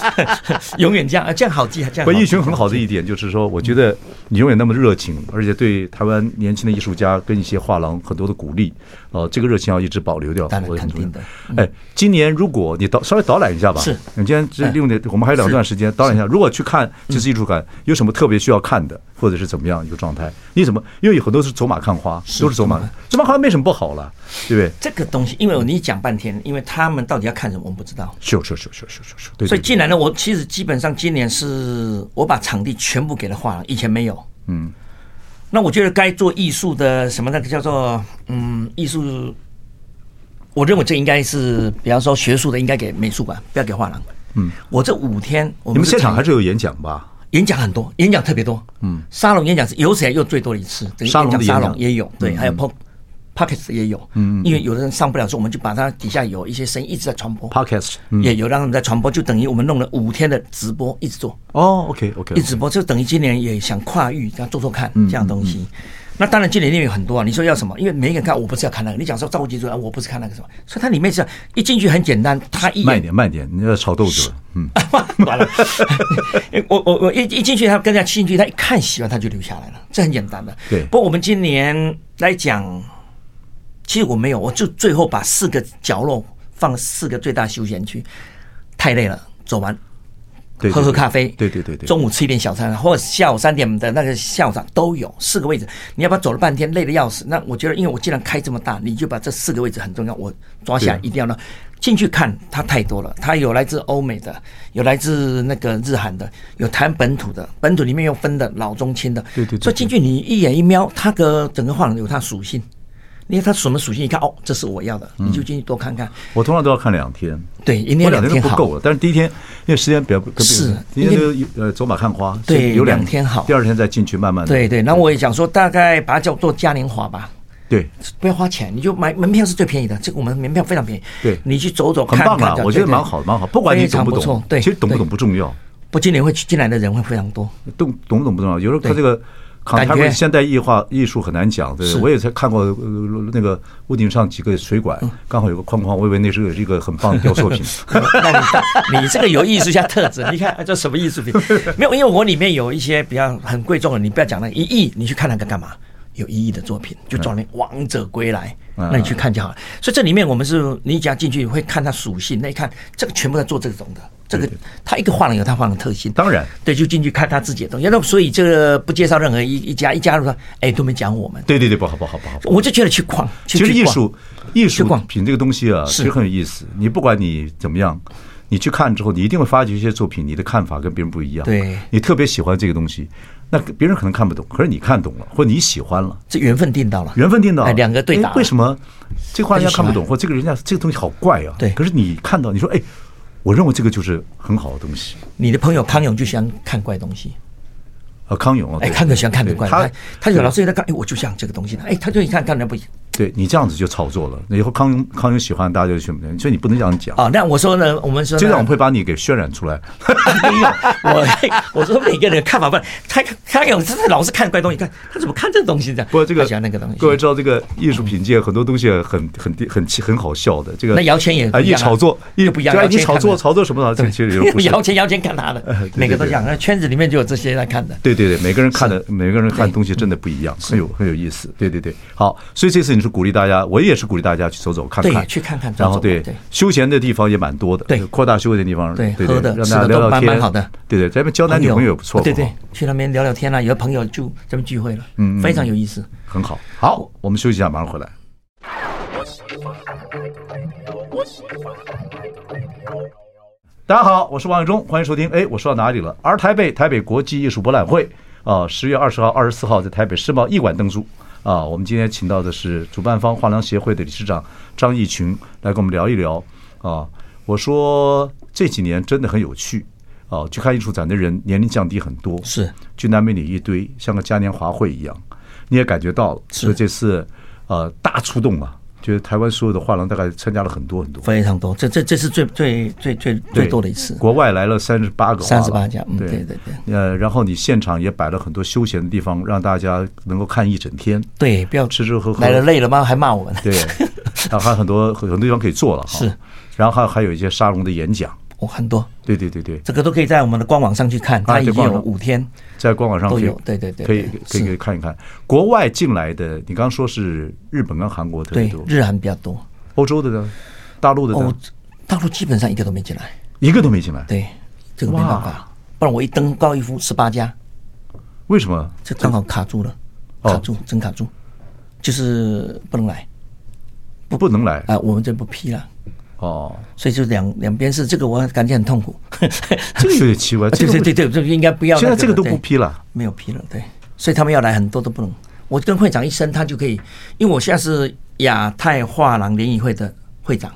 Speaker 3: 永远这样，啊这样好记， 这样好
Speaker 1: 关
Speaker 3: 记。
Speaker 1: 于艺群很好的一点就是说，我觉得你永远那么热情，而且对台湾年轻的艺术家跟一些画廊很多的鼓励，呃，这个热情要一直保留掉，
Speaker 3: 当然
Speaker 1: 我觉得很重要
Speaker 3: 肯定的。
Speaker 1: 哎，今年如果你导稍微导览一下吧，
Speaker 3: 是
Speaker 1: 你今天这利用点，我们还有两段时间导览一下。如果去看这次艺术馆有什么特别需要看的，或者是怎么样一个状态？你怎么？因为有很多是走马看花，都是走马，走马看花没什么不好了，对不对？
Speaker 3: 这个东西，因为你讲半天，因为他们到底要看什么，我们不知道。
Speaker 1: 咻咻咻咻咻咻咻，对对
Speaker 3: 所以
Speaker 1: 对，
Speaker 3: 进来呢，我其实基本上今年是我把场地全部给了画廊，以前没有。嗯，那我觉得该做艺术的什么那个叫做嗯艺术，我认为这应该是比方说学术的应该给美术馆，不要给画廊。嗯，我这五天我
Speaker 1: 你
Speaker 3: 们
Speaker 1: 们现场还
Speaker 3: 是
Speaker 1: 是有演讲吧？
Speaker 3: 演讲很多，演讲特别多。嗯，沙龙演讲是有史以来又最多的一次，等于
Speaker 1: 沙龙的
Speaker 3: 演讲沙
Speaker 1: 演讲嗯
Speaker 3: 龙也有，对，还有 pop。Pockets 也有，嗯，因为有的人上不了，所以我们就把它底下有一些声音一直在传播
Speaker 1: Podcast，
Speaker 3: 也有让他们在传播，就等于我们弄了五天的直播，一直做，
Speaker 1: 哦，OK OK，
Speaker 3: 一直播，就等于今年也想跨域，这样做做看这样东西。那当然，今年也有很多啊。你说要什么？因为每一个人看，我不是要看那个。你讲说照顾记住啊，我不是看那个什么，所以它里面是一进去很简单，它一
Speaker 1: 慢一
Speaker 3: 眼
Speaker 1: 点慢一点，你要炒豆子了，嗯。
Speaker 3: 完了，我我我一一进去，他跟人家进去，他一看喜欢，他就留下来了，这很简单的。
Speaker 1: 对
Speaker 3: 不过我们今年来讲，其实我没有，我就最后把四个角落放四个最大休闲区，太累了，走完
Speaker 1: 对对
Speaker 3: 喝喝
Speaker 1: 对
Speaker 3: 咖啡，
Speaker 1: 对对对对，
Speaker 3: 中午吃一点小餐，或者下午三点的那个下午茶都有四个位置。你要不要走了半天，累得要死？那我觉得，因为我既然开这么大，你就把这四个位置很重要，我抓下来
Speaker 1: 对
Speaker 3: 一定要让进去看。它太多了，它有来自欧美的，有来自那个日韩的，有谈本土的，本土里面又分的老中青的。
Speaker 1: 对对对
Speaker 3: 所以进去你一眼一瞄，它的整个画廊有它属性。你看它什么属性，一看哦，这是我要的，你就进去多看看。
Speaker 1: 我通常都要看两天，
Speaker 3: 对，一定
Speaker 1: 我
Speaker 3: 要
Speaker 1: 两
Speaker 3: 两
Speaker 1: 天
Speaker 3: 天
Speaker 1: 都不
Speaker 3: 好。
Speaker 1: 够了。但是第一天因为时间比较
Speaker 3: 是
Speaker 1: 第一天就有呃走马看花，
Speaker 3: 对
Speaker 1: 所以有
Speaker 3: 两天好
Speaker 1: 第二天再进去慢慢地
Speaker 3: 对对，那我也想说，大概把它叫做嘉年华吧。
Speaker 1: 对，
Speaker 3: 不要花钱，你就买门票是最便宜的。这个我们门票非常便宜，
Speaker 1: 对
Speaker 3: 你去走走
Speaker 1: 很
Speaker 3: 看
Speaker 1: 棒
Speaker 3: 看
Speaker 1: 啊，
Speaker 3: 的，
Speaker 1: 我觉得
Speaker 3: 对对
Speaker 1: 蛮好的，蛮好。不管你
Speaker 3: 非
Speaker 1: 懂
Speaker 3: 常不
Speaker 1: 懂
Speaker 3: 错，对，
Speaker 1: 其实懂不
Speaker 3: 对
Speaker 1: 懂不重要，
Speaker 3: 不，今年会进来的人会非常多。
Speaker 1: 懂懂不懂不重要，有时候他这个。
Speaker 3: 感觉
Speaker 1: contemporary 现代艺化艺术很难讲，对
Speaker 3: 是
Speaker 1: 我也才看过、呃那个屋顶上几个水管，
Speaker 3: 嗯
Speaker 1: 刚好有个框框，我以为那是一个很棒的雕 塑品。
Speaker 3: 那你大你这个有艺术家特质，你看这什么艺术品？没有，因为我里面有一些比较很贵重的，你不要讲那个意义，你去看那个干嘛？有意义的作品，就找那《王者归来》，
Speaker 1: 嗯
Speaker 3: 那你去看就好了。所以这里面我们是你只要进去会看它属性，那一看这个全部在做这种的，这个他一个画廊有他画廊的特性，
Speaker 1: 当然，
Speaker 3: 对，就进去看他自己的东西。那所以这个不介绍任何一一家，一加入说，哎，都没讲我们，
Speaker 1: 对对对，不好不好不好。不好
Speaker 3: 我就觉得去逛，去
Speaker 1: 其实
Speaker 3: 去
Speaker 1: 艺
Speaker 3: 逛
Speaker 1: 术艺术
Speaker 3: 逛
Speaker 1: 品这个东西啊，其
Speaker 3: 是
Speaker 1: 实很有意思。你不管你怎么样，你去看之后，你一定会发觉一些作品，你的看法跟别人不一样。
Speaker 3: 对
Speaker 1: 你特别喜欢这个东西，那别人可能看不懂，可是你看懂了，或者你喜欢了。
Speaker 3: 这缘分定到了，
Speaker 1: 缘分定到了
Speaker 3: 哎两个对打
Speaker 1: 哎为什么这个画家
Speaker 3: 他就喜
Speaker 1: 看
Speaker 3: 欢
Speaker 1: 不懂，或这个人家这个东西好怪啊？
Speaker 3: 对
Speaker 1: 可是你看到，你说哎，我认为这个就是很好的东西。
Speaker 3: 你的朋友康永就喜欢看怪东西，
Speaker 1: 啊，康永啊，
Speaker 3: 哎，
Speaker 1: 对
Speaker 3: 看个喜欢看的
Speaker 1: 对
Speaker 3: 怪，
Speaker 1: 他
Speaker 3: 他他有老师在看，哎，我就像这个东西的，哎，他就一看看的不行
Speaker 1: 对你这样子就炒作了。以后康永康永喜欢，大家就去买，所以你不能这样讲。
Speaker 3: 啊。那我说呢，我们说呢
Speaker 1: 这样我们会把你给渲染出来。
Speaker 3: 我 我 说每个人的看法不，他他有真的老是看怪东西，看他怎么看这东西这样？
Speaker 1: 不过这
Speaker 3: 他
Speaker 1: 个
Speaker 3: 喜欢那个东西，
Speaker 1: 各位知道这个艺术品界很多东西很很很很很好笑的。这个
Speaker 3: 那姚谦也
Speaker 1: 啊，一
Speaker 3: 一样啊
Speaker 1: 炒作一
Speaker 3: 就不一样
Speaker 1: 对啊
Speaker 3: 姚
Speaker 1: 你
Speaker 3: 谦
Speaker 1: 炒
Speaker 3: 看
Speaker 1: 作
Speaker 3: 的
Speaker 1: 炒作什么的，这其实也不是。
Speaker 3: 摇钱摇钱看他 的，每个都这样。那圈子里面就有这些在看的。
Speaker 1: 对对对，每个人看的每个人看的东西真的不一样，很有很有意思。对对对，好，所以这次你是鼓励大家，我也是鼓励大家去走走看看，
Speaker 3: 对去看看走走
Speaker 1: 然后对
Speaker 3: 对
Speaker 1: 休闲的地方也蛮多的，
Speaker 3: 对
Speaker 1: 扩大休闲的地方，
Speaker 3: 对
Speaker 1: 对
Speaker 3: 喝的
Speaker 1: 让
Speaker 3: 吃
Speaker 1: 大家
Speaker 3: 的
Speaker 1: 聊
Speaker 3: 都
Speaker 1: 聊
Speaker 3: 蛮
Speaker 1: 天，
Speaker 3: 蛮好的。
Speaker 1: 对对，咱们交男女朋友也不错，
Speaker 3: 对
Speaker 1: 好
Speaker 3: 对
Speaker 1: 不好，
Speaker 3: 去那边聊聊天啊，有的朋友就咱们聚会了，
Speaker 1: 嗯嗯嗯
Speaker 3: 非常有意思。
Speaker 1: 很好。好，我们休息一下，马上回来。大家好，我是王永忠，欢迎收听。哎，我说到哪里了？而台北台北国际艺术博览会啊，十、0月二十号、二十四号在台北世贸艺馆登驻啊。我们今天请到的是主办方画廊协会的理事长张义群来跟我们聊一聊啊。我说这几年真的很有趣啊，去看艺术展的人年龄降低很多，
Speaker 3: 是
Speaker 1: 俊男美女一堆，像个嘉年华会一样，你也感觉到了。所以这次呃大出动啊，就是台湾所有的画廊大概参加了很多很多。
Speaker 3: 非常多，这这这是最最最最最多的一次。
Speaker 1: 国外来了三十八个画廊，
Speaker 3: 38家嗯
Speaker 1: 对
Speaker 3: 对对对
Speaker 1: 呃，然后你现场也摆了很多休闲的地方，让大家能够看一整天，
Speaker 3: 对，不要
Speaker 1: 吃吃喝喝
Speaker 3: 来了累了吗？还骂我们？
Speaker 1: 对， 然后还有很多很多地方可以做了哈。
Speaker 3: 是，
Speaker 1: 然后还还有一些沙龙的演讲，
Speaker 3: 哦，很多，
Speaker 1: 对对对对，
Speaker 3: 这个都可以在我们的官网上去看，它已
Speaker 1: 对
Speaker 3: 经
Speaker 1: 官
Speaker 3: 有
Speaker 1: 网
Speaker 3: 五天。
Speaker 1: 在官网上可以
Speaker 3: 都有对对对
Speaker 1: 可以
Speaker 3: 对
Speaker 1: 可以
Speaker 3: 是
Speaker 1: 可以看一看。国外进来的，你刚刚说是日本跟韩国特别
Speaker 3: 对
Speaker 1: 多，，
Speaker 3: 日韩比较多。
Speaker 1: 欧洲的呢，大陆的
Speaker 3: 哦
Speaker 1: 呢，，
Speaker 3: 大陆基本上一个都没进来。
Speaker 1: 一个都没进来，
Speaker 3: 对，这个没办
Speaker 1: 哇
Speaker 3: 法，不然我一登高一夫十八家，
Speaker 1: 为什么？
Speaker 3: 这刚好卡住了，
Speaker 1: 哦
Speaker 3: 卡住，真卡住，就是不能来
Speaker 1: 不不能来
Speaker 3: 啊、我们这不批了。
Speaker 1: 哦，
Speaker 3: 所以就两两边是这个，我感觉很痛苦。
Speaker 1: 这个有点奇怪。这
Speaker 3: 对
Speaker 1: 个
Speaker 3: 对对对，这应该不要、那
Speaker 1: 现在这个
Speaker 3: 了
Speaker 1: 都不
Speaker 3: 对
Speaker 1: 批了。
Speaker 3: 没有批了，对，所以他们要来很多都不能。我跟会长一申，他就可以，因为我现在是亚太画廊联谊会的会长，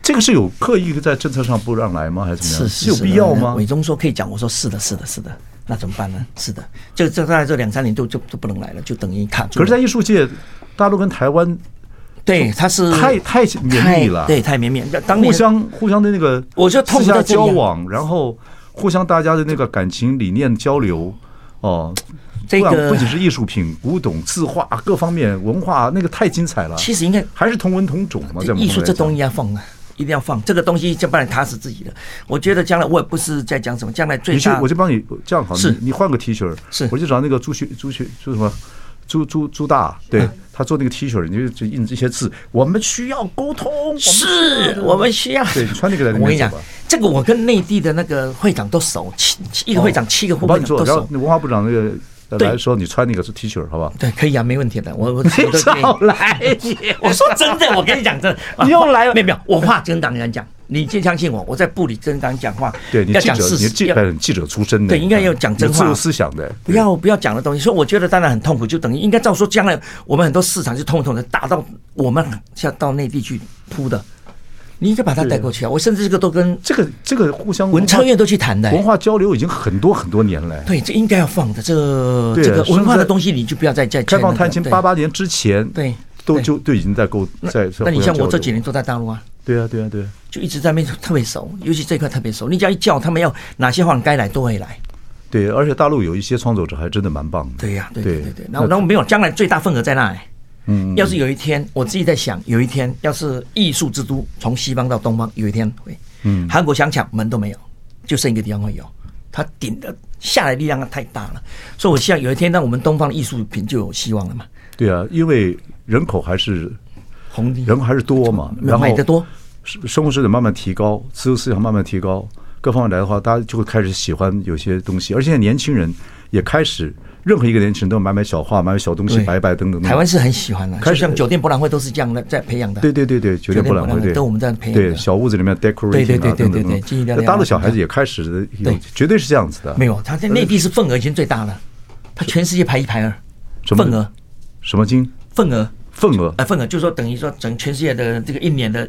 Speaker 1: 这个是有刻意在政策上不让来吗？还是怎么样？
Speaker 3: 是是
Speaker 1: 有
Speaker 3: 是
Speaker 1: 必
Speaker 3: 的
Speaker 1: 要
Speaker 3: 那
Speaker 1: 吗
Speaker 3: 伟？忠说可以讲，我说是的，是的，是的，那怎么办呢？是的，就就大概这两三年就就就不能来了，就等于卡住
Speaker 1: 可
Speaker 3: 了。
Speaker 1: 是，在艺术界，大陆跟台湾
Speaker 3: 对他是
Speaker 1: 太太绵密了
Speaker 3: 太对，太绵密了。当年
Speaker 1: 互相互相的那个，
Speaker 3: 我就痛
Speaker 1: 私
Speaker 3: 苦
Speaker 1: 下
Speaker 3: 在这里
Speaker 1: 交
Speaker 3: 啊
Speaker 1: 往，然后互相大家的那个感情理念交流，哦，
Speaker 3: 这
Speaker 1: 不然
Speaker 3: 个
Speaker 1: 不仅是艺术品、古董、字画各方面文化，那个太精彩了。
Speaker 3: 其实应该
Speaker 1: 还是同文同种嘛，在
Speaker 3: 艺术这东
Speaker 1: 西。
Speaker 3: 西要放啊，一定要放这个东西，就不然卡死自己了。我觉得将来我也不是在讲什么，将来最
Speaker 1: 你去
Speaker 3: 大，
Speaker 1: 我就帮你这样好，
Speaker 3: 是
Speaker 1: 你你换个 T 恤儿，
Speaker 3: 是
Speaker 1: 我就找那个朱学朱学朱什么。朱朱朱大，对
Speaker 3: 嗯
Speaker 1: 他做那个 T 恤儿，你就就印这些字。我们需要沟通，我们
Speaker 3: 是我们需要。
Speaker 1: 对你穿那个在那
Speaker 3: 我跟
Speaker 1: 边
Speaker 3: 你
Speaker 1: 走
Speaker 3: 讲
Speaker 1: 吧。，
Speaker 3: 这个我跟内地的那个会长都熟，七一个会长七个
Speaker 1: 我
Speaker 3: 副
Speaker 1: 帮
Speaker 3: 会
Speaker 1: 你
Speaker 3: 长
Speaker 1: 做。
Speaker 3: 都
Speaker 1: 然后
Speaker 3: 熟。
Speaker 1: 那文化部长那个呃
Speaker 3: 对
Speaker 1: 来的时候，你穿那个是 T 恤儿，好不好？
Speaker 3: 对，可以啊，没问题的。 我我我都可以。
Speaker 1: 少来，
Speaker 3: 我说真的，我跟你讲真的，
Speaker 1: 你又来了
Speaker 3: 没有没有，我话真当然讲，你就相信我，我在部里真当讲话，
Speaker 1: 对你
Speaker 3: 要
Speaker 1: 记
Speaker 3: 讲
Speaker 1: 者，
Speaker 3: 事
Speaker 1: 你
Speaker 3: 实，
Speaker 1: 记
Speaker 3: 要
Speaker 1: 者记者出身的，
Speaker 3: 对应该要讲真
Speaker 1: 有
Speaker 3: 话
Speaker 1: 自由思想的，
Speaker 3: 不要不要讲的东西。所以我觉得当然很痛苦，就等于应该照说，将来我们很多市场就通通的打到我们像到内地去铺的，你应该把它带过去啊。我甚至这个都跟
Speaker 1: 这个这个互相
Speaker 3: 文
Speaker 1: 化
Speaker 3: 昌院都去谈的、
Speaker 1: 文化交流已经很多很多年了。
Speaker 3: 对，这应该要放的，这
Speaker 1: 对
Speaker 3: 这个
Speaker 1: 甚至
Speaker 3: 文化的东西你就不要再再
Speaker 1: 开放探
Speaker 3: 探
Speaker 1: 亲
Speaker 3: 亲
Speaker 1: 八八年之前，
Speaker 3: 对
Speaker 1: 都
Speaker 3: 对
Speaker 1: 就都已经在沟
Speaker 3: 那
Speaker 1: 在在
Speaker 3: 那你
Speaker 1: 互相
Speaker 3: 像
Speaker 1: 交
Speaker 3: 我这
Speaker 1: 流
Speaker 3: 几年都在大陆啊，
Speaker 4: 对啊，对啊，对啊，
Speaker 3: 就一直在那边特别熟，尤其这一块特别熟。你只要一叫他们要哪些话该来都会来。
Speaker 1: 对，而且大陆有一些创作者还真的蛮棒的。
Speaker 3: 对呀、对
Speaker 1: 对
Speaker 3: 对对对。然后然后没有，将来最大份额在那里。嗯，要是有一天，我自己在想，有一天要是艺术之都从西方到东方，有一天会，嗯，韩国想抢门都没有，就剩一个地方会有，它顶的下来力量太大了，所以我希望有一天让我们东方的艺术品就有希望了嘛，
Speaker 1: 对啊，因为人口还是
Speaker 3: 红地
Speaker 1: 人还是多嘛，
Speaker 3: 没有
Speaker 1: 然后
Speaker 3: 买得多，
Speaker 1: 生生活水准慢慢提高，自由思想慢慢提高，各方面来的话，大家就会开始喜欢有些东西，而现在年轻人也开始，任何一个年轻人都买买小画，买买小东西，
Speaker 3: 对
Speaker 1: 摆摆等等等等。
Speaker 3: 台湾是很喜欢的，
Speaker 1: 开
Speaker 3: 就
Speaker 1: 始
Speaker 3: 像酒店博览会都是这样的在培养的，
Speaker 1: 对对对对，酒店
Speaker 3: 店
Speaker 1: 博
Speaker 3: 博
Speaker 1: 览
Speaker 3: 览
Speaker 1: 会
Speaker 3: 会
Speaker 1: 对，
Speaker 3: 都我们在培养
Speaker 1: 对
Speaker 3: 的
Speaker 1: 小屋子里面 decorating
Speaker 3: 对对对
Speaker 1: 啊
Speaker 3: 对
Speaker 1: 等等
Speaker 3: 对对
Speaker 1: 等
Speaker 3: 记忆量
Speaker 1: 那
Speaker 3: 量
Speaker 1: 大陆
Speaker 3: 很
Speaker 1: 小孩子
Speaker 3: 大
Speaker 1: 也开始有
Speaker 3: 对，
Speaker 1: 绝对是这样子的。
Speaker 3: 没有，它在内地是份额已经最大了，它全世界排一排二，
Speaker 1: 什么
Speaker 3: 份额
Speaker 1: 什么金
Speaker 3: 份额
Speaker 1: 份额
Speaker 3: 呃份额，就是说等于说整全世界的这个一年的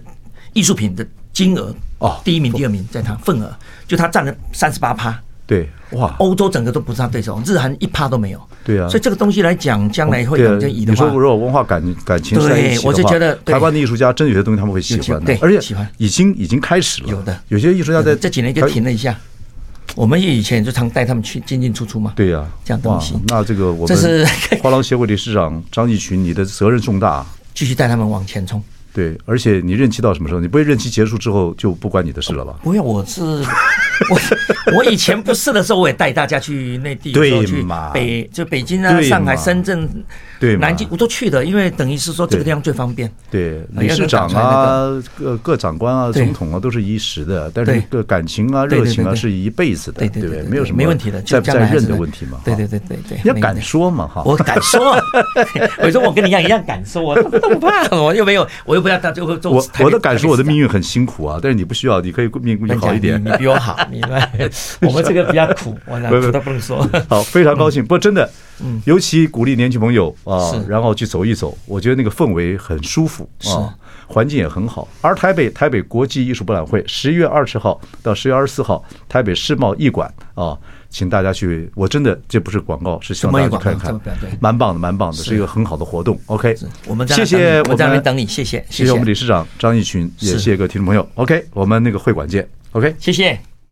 Speaker 3: 艺术品的金额
Speaker 1: 哦
Speaker 3: 第一名、第二名在它份额，就它占了三十八趴。
Speaker 1: 对哇，
Speaker 3: 欧洲整个都不是它对手，日韩一趴都没有。
Speaker 1: 对啊
Speaker 3: 所以这个东西来讲，将来会
Speaker 1: 对啊
Speaker 3: 讲这以的
Speaker 1: 你说
Speaker 3: 话
Speaker 1: 如，果文化感感情是在一起的话
Speaker 3: 对我就觉得对
Speaker 1: 台湾的艺术家真的有些东西他们会喜欢的
Speaker 3: 有，
Speaker 1: 而
Speaker 3: 喜
Speaker 1: 且
Speaker 3: 欢
Speaker 1: 已经已经开始了，
Speaker 3: 有的
Speaker 1: 有些艺术家在哎
Speaker 3: 这几年就停了一下。我们以前就常带他们去进进出出嘛。
Speaker 1: 对呀、
Speaker 3: 这样东西
Speaker 1: 哇那这个我
Speaker 3: 这
Speaker 1: 们
Speaker 3: 是
Speaker 1: 画廊协会理事长张义群，你的责任重大。
Speaker 3: 继续带他们往前冲。
Speaker 1: 对，而且你任期到什么时候？你不会任期结束之后就不关你的事了吧？
Speaker 3: 不用，我是 我我以前不是的时候，我也带大家去内地，
Speaker 1: 对
Speaker 3: 有时候去
Speaker 1: 嘛
Speaker 3: 北就北京啊、
Speaker 1: 对
Speaker 3: 上海、
Speaker 1: 嘛
Speaker 3: 深圳、
Speaker 1: 对嘛
Speaker 3: 南京，我都去的，因为等于是说这个
Speaker 1: 对
Speaker 3: 地方最方便。
Speaker 1: 对，
Speaker 3: 哎
Speaker 1: 理事长
Speaker 3: 要跟党
Speaker 1: 啊，各各长官啊，
Speaker 3: 对
Speaker 1: 总统啊，都是一时的，但是
Speaker 3: 对
Speaker 1: 个感情啊、
Speaker 3: 对
Speaker 1: 热
Speaker 3: 对
Speaker 1: 情啊，
Speaker 3: 对对
Speaker 1: 是一辈子的，
Speaker 3: 对
Speaker 1: 不
Speaker 3: 对
Speaker 1: 对，
Speaker 3: 对，
Speaker 1: 没有什么
Speaker 3: 没问题的，就
Speaker 1: 在不
Speaker 3: 将来
Speaker 1: 在
Speaker 3: 还是
Speaker 1: 任的问题嘛。
Speaker 3: 对
Speaker 1: 哈
Speaker 3: 对对对对，
Speaker 1: 你要
Speaker 3: 没问
Speaker 1: 敢
Speaker 3: 题
Speaker 1: 说嘛哈。
Speaker 3: 我敢 说，我说我跟你一样一样敢说，我都不怕， 我又没有，我又不要当就做
Speaker 1: 我我的感受，我的命
Speaker 3: 运。
Speaker 1: 运很辛苦啊，但是你不需要，你可以命
Speaker 3: 哎
Speaker 1: 运好一点
Speaker 3: 你。你比我好，你们 我们这个比较苦，我哪
Speaker 1: 不不
Speaker 3: 苦都不能说。
Speaker 1: 好，非常高兴。不过真的，尤其鼓励年轻朋友啊
Speaker 3: 嗯是，
Speaker 1: 然后去走一走，我觉得那个氛围很舒服
Speaker 3: 是
Speaker 1: 啊，环境也很好。而台北台北国际艺术博览会十月二十号到十月二十四号，台北世贸艺馆啊，请大家去。我真的这不是广告，是希望大家去看
Speaker 3: 世贸
Speaker 1: 看
Speaker 3: 艺馆对，
Speaker 1: 蛮棒的，蛮棒的，是一个很好的活动。OK，
Speaker 3: 我们在
Speaker 1: 谢
Speaker 3: 那
Speaker 1: 谢
Speaker 3: 等你我们在那边等你谢谢
Speaker 1: 谢
Speaker 3: 谢
Speaker 1: 谢
Speaker 3: 谢
Speaker 1: 我们理事长张义群，也
Speaker 3: 是
Speaker 1: 谢谢各位听众朋友。OK，我们那个会馆见。OK。
Speaker 3: 谢谢。